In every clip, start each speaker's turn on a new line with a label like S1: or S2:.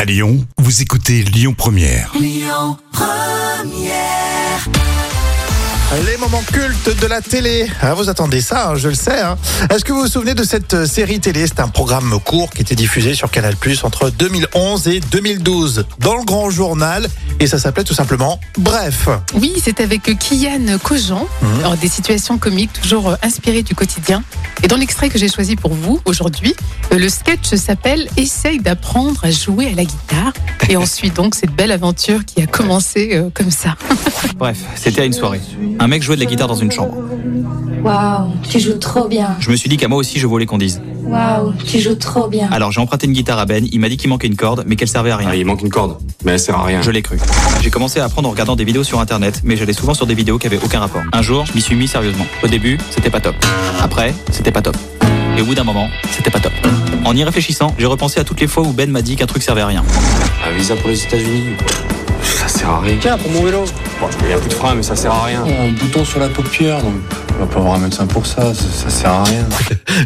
S1: À Lyon, vous écoutez Lyon Première.
S2: Les moments cultes de la télé. Ah, vous attendez ça, hein, je le sais. hein. Est-ce que vous vous souvenez de cette euh, série télé C'est un programme court qui était diffusé sur Canal Plus entre 2011 et 2012 dans le Grand Journal et ça s'appelait tout simplement Bref.
S3: Oui, c'est avec Kian Kojan, Alors, des situations comiques toujours euh, inspirées du quotidien. Et dans l'extrait que j'ai choisi pour vous aujourd'hui, euh, le sketch s'appelle Essaye d'apprendre à jouer à la guitare. Et on suit donc cette belle aventure qui a commencé euh, comme ça.
S4: Bref, c'était à une soirée. Un mec jouait de la guitare dans une chambre.
S5: Waouh, tu joues trop bien.
S4: Je me suis dit qu'à moi aussi je voulais qu'on dise.
S5: Waouh, tu joues trop bien.
S4: Alors j'ai emprunté une guitare à Ben, il m'a dit qu'il manquait une corde, mais qu'elle servait à
S6: Ah,
S4: rien.
S6: il manque une corde, mais elle sert à rien.
S4: Je l'ai cru. J'ai commencé à apprendre en regardant des vidéos sur internet, mais j'allais souvent sur des vidéos qui avaient aucun rapport. Un jour, je m'y suis mis sérieusement. Au début, c'était pas top. Après, c'était pas top. Et au bout d'un moment, c'était pas top. En y réfléchissant, j'ai repensé à toutes les fois où Ben m'a dit qu'un truc servait à rien.
S6: Un Ah, visa pour les États-Unis, pff, ça sert à rien.
S7: Tiens, pour mon vélo.
S6: Bon, il y a plus de frein, mais ça sert à rien.
S7: Oh, Un bouton sur la paupière, donc on va pas avoir un médecin pour ça, ça, ça sert à rien.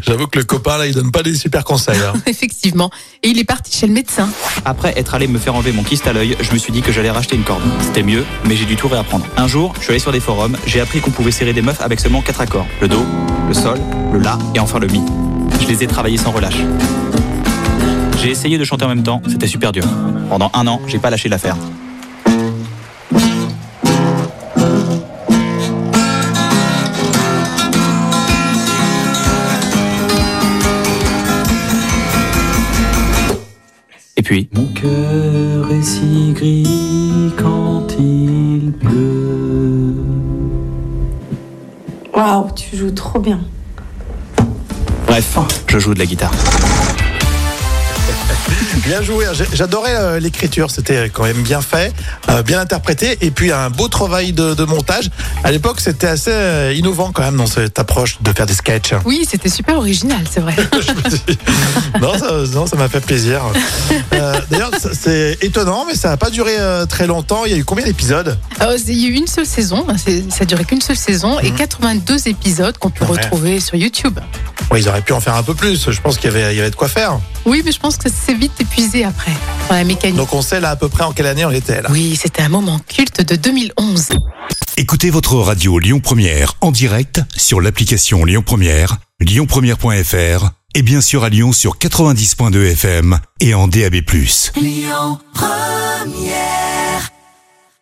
S2: J'avoue que le copain là, il donne pas des super conseils. hein.
S3: Effectivement. Et il est parti chez le médecin.
S4: Après être allé me faire enlever mon kyste à l'œil, je me suis dit que j'allais racheter une corde. C'était mieux, mais j'ai dû tout réapprendre. Un jour, je suis allé sur des forums, j'ai appris qu'on pouvait serrer des meufs avec seulement quatre accords. Le Do, le Sol, le La et enfin le Mi. Je les ai travaillés sans relâche. J'ai essayé de chanter en même temps, c'était super dur. Pendant un an, j'ai pas lâché l'affaire. Et puis,
S8: Mon cœur est si gris quand il pleut.
S5: Waouh, tu joues trop bien.
S4: bref, je joue de la guitare.
S2: Bien joué. hein. J'ai- J'adorais euh, l'écriture. C'était quand même bien fait, euh, bien interprété et puis un beau travail de, de montage. À l'époque, c'était assez euh, innovant quand même dans cette approche de faire des sketchs. hein.
S3: Oui, c'était super original, c'est vrai.
S2: Je me dis- non, ça, non, ça m'a fait plaisir. Euh, D'ailleurs, ça- c'est étonnant, mais ça n'a pas duré euh, très longtemps. Il y a eu combien d'épisodes
S3: Alors, il y a eu une seule saison, hein, c'est- ça a duré qu'une seule saison, et 82 épisodes qu'on peut
S2: Ouais.
S3: retrouver sur YouTube.
S2: Oui, ils auraient pu en faire un peu plus. Je pense qu'il y avait, il y avait de quoi faire.
S3: Oui, mais je pense que c'est vite épuisé après, dans la mécanique.
S2: Donc on sait là à peu près en quelle année on était là.
S3: Oui, c'était un moment culte de 2011.
S1: Écoutez votre radio Lyon Première en direct sur l'application Lyon Première, lyonpremière.fr et bien sûr à Lyon sur 90.2 FM et en DAB+.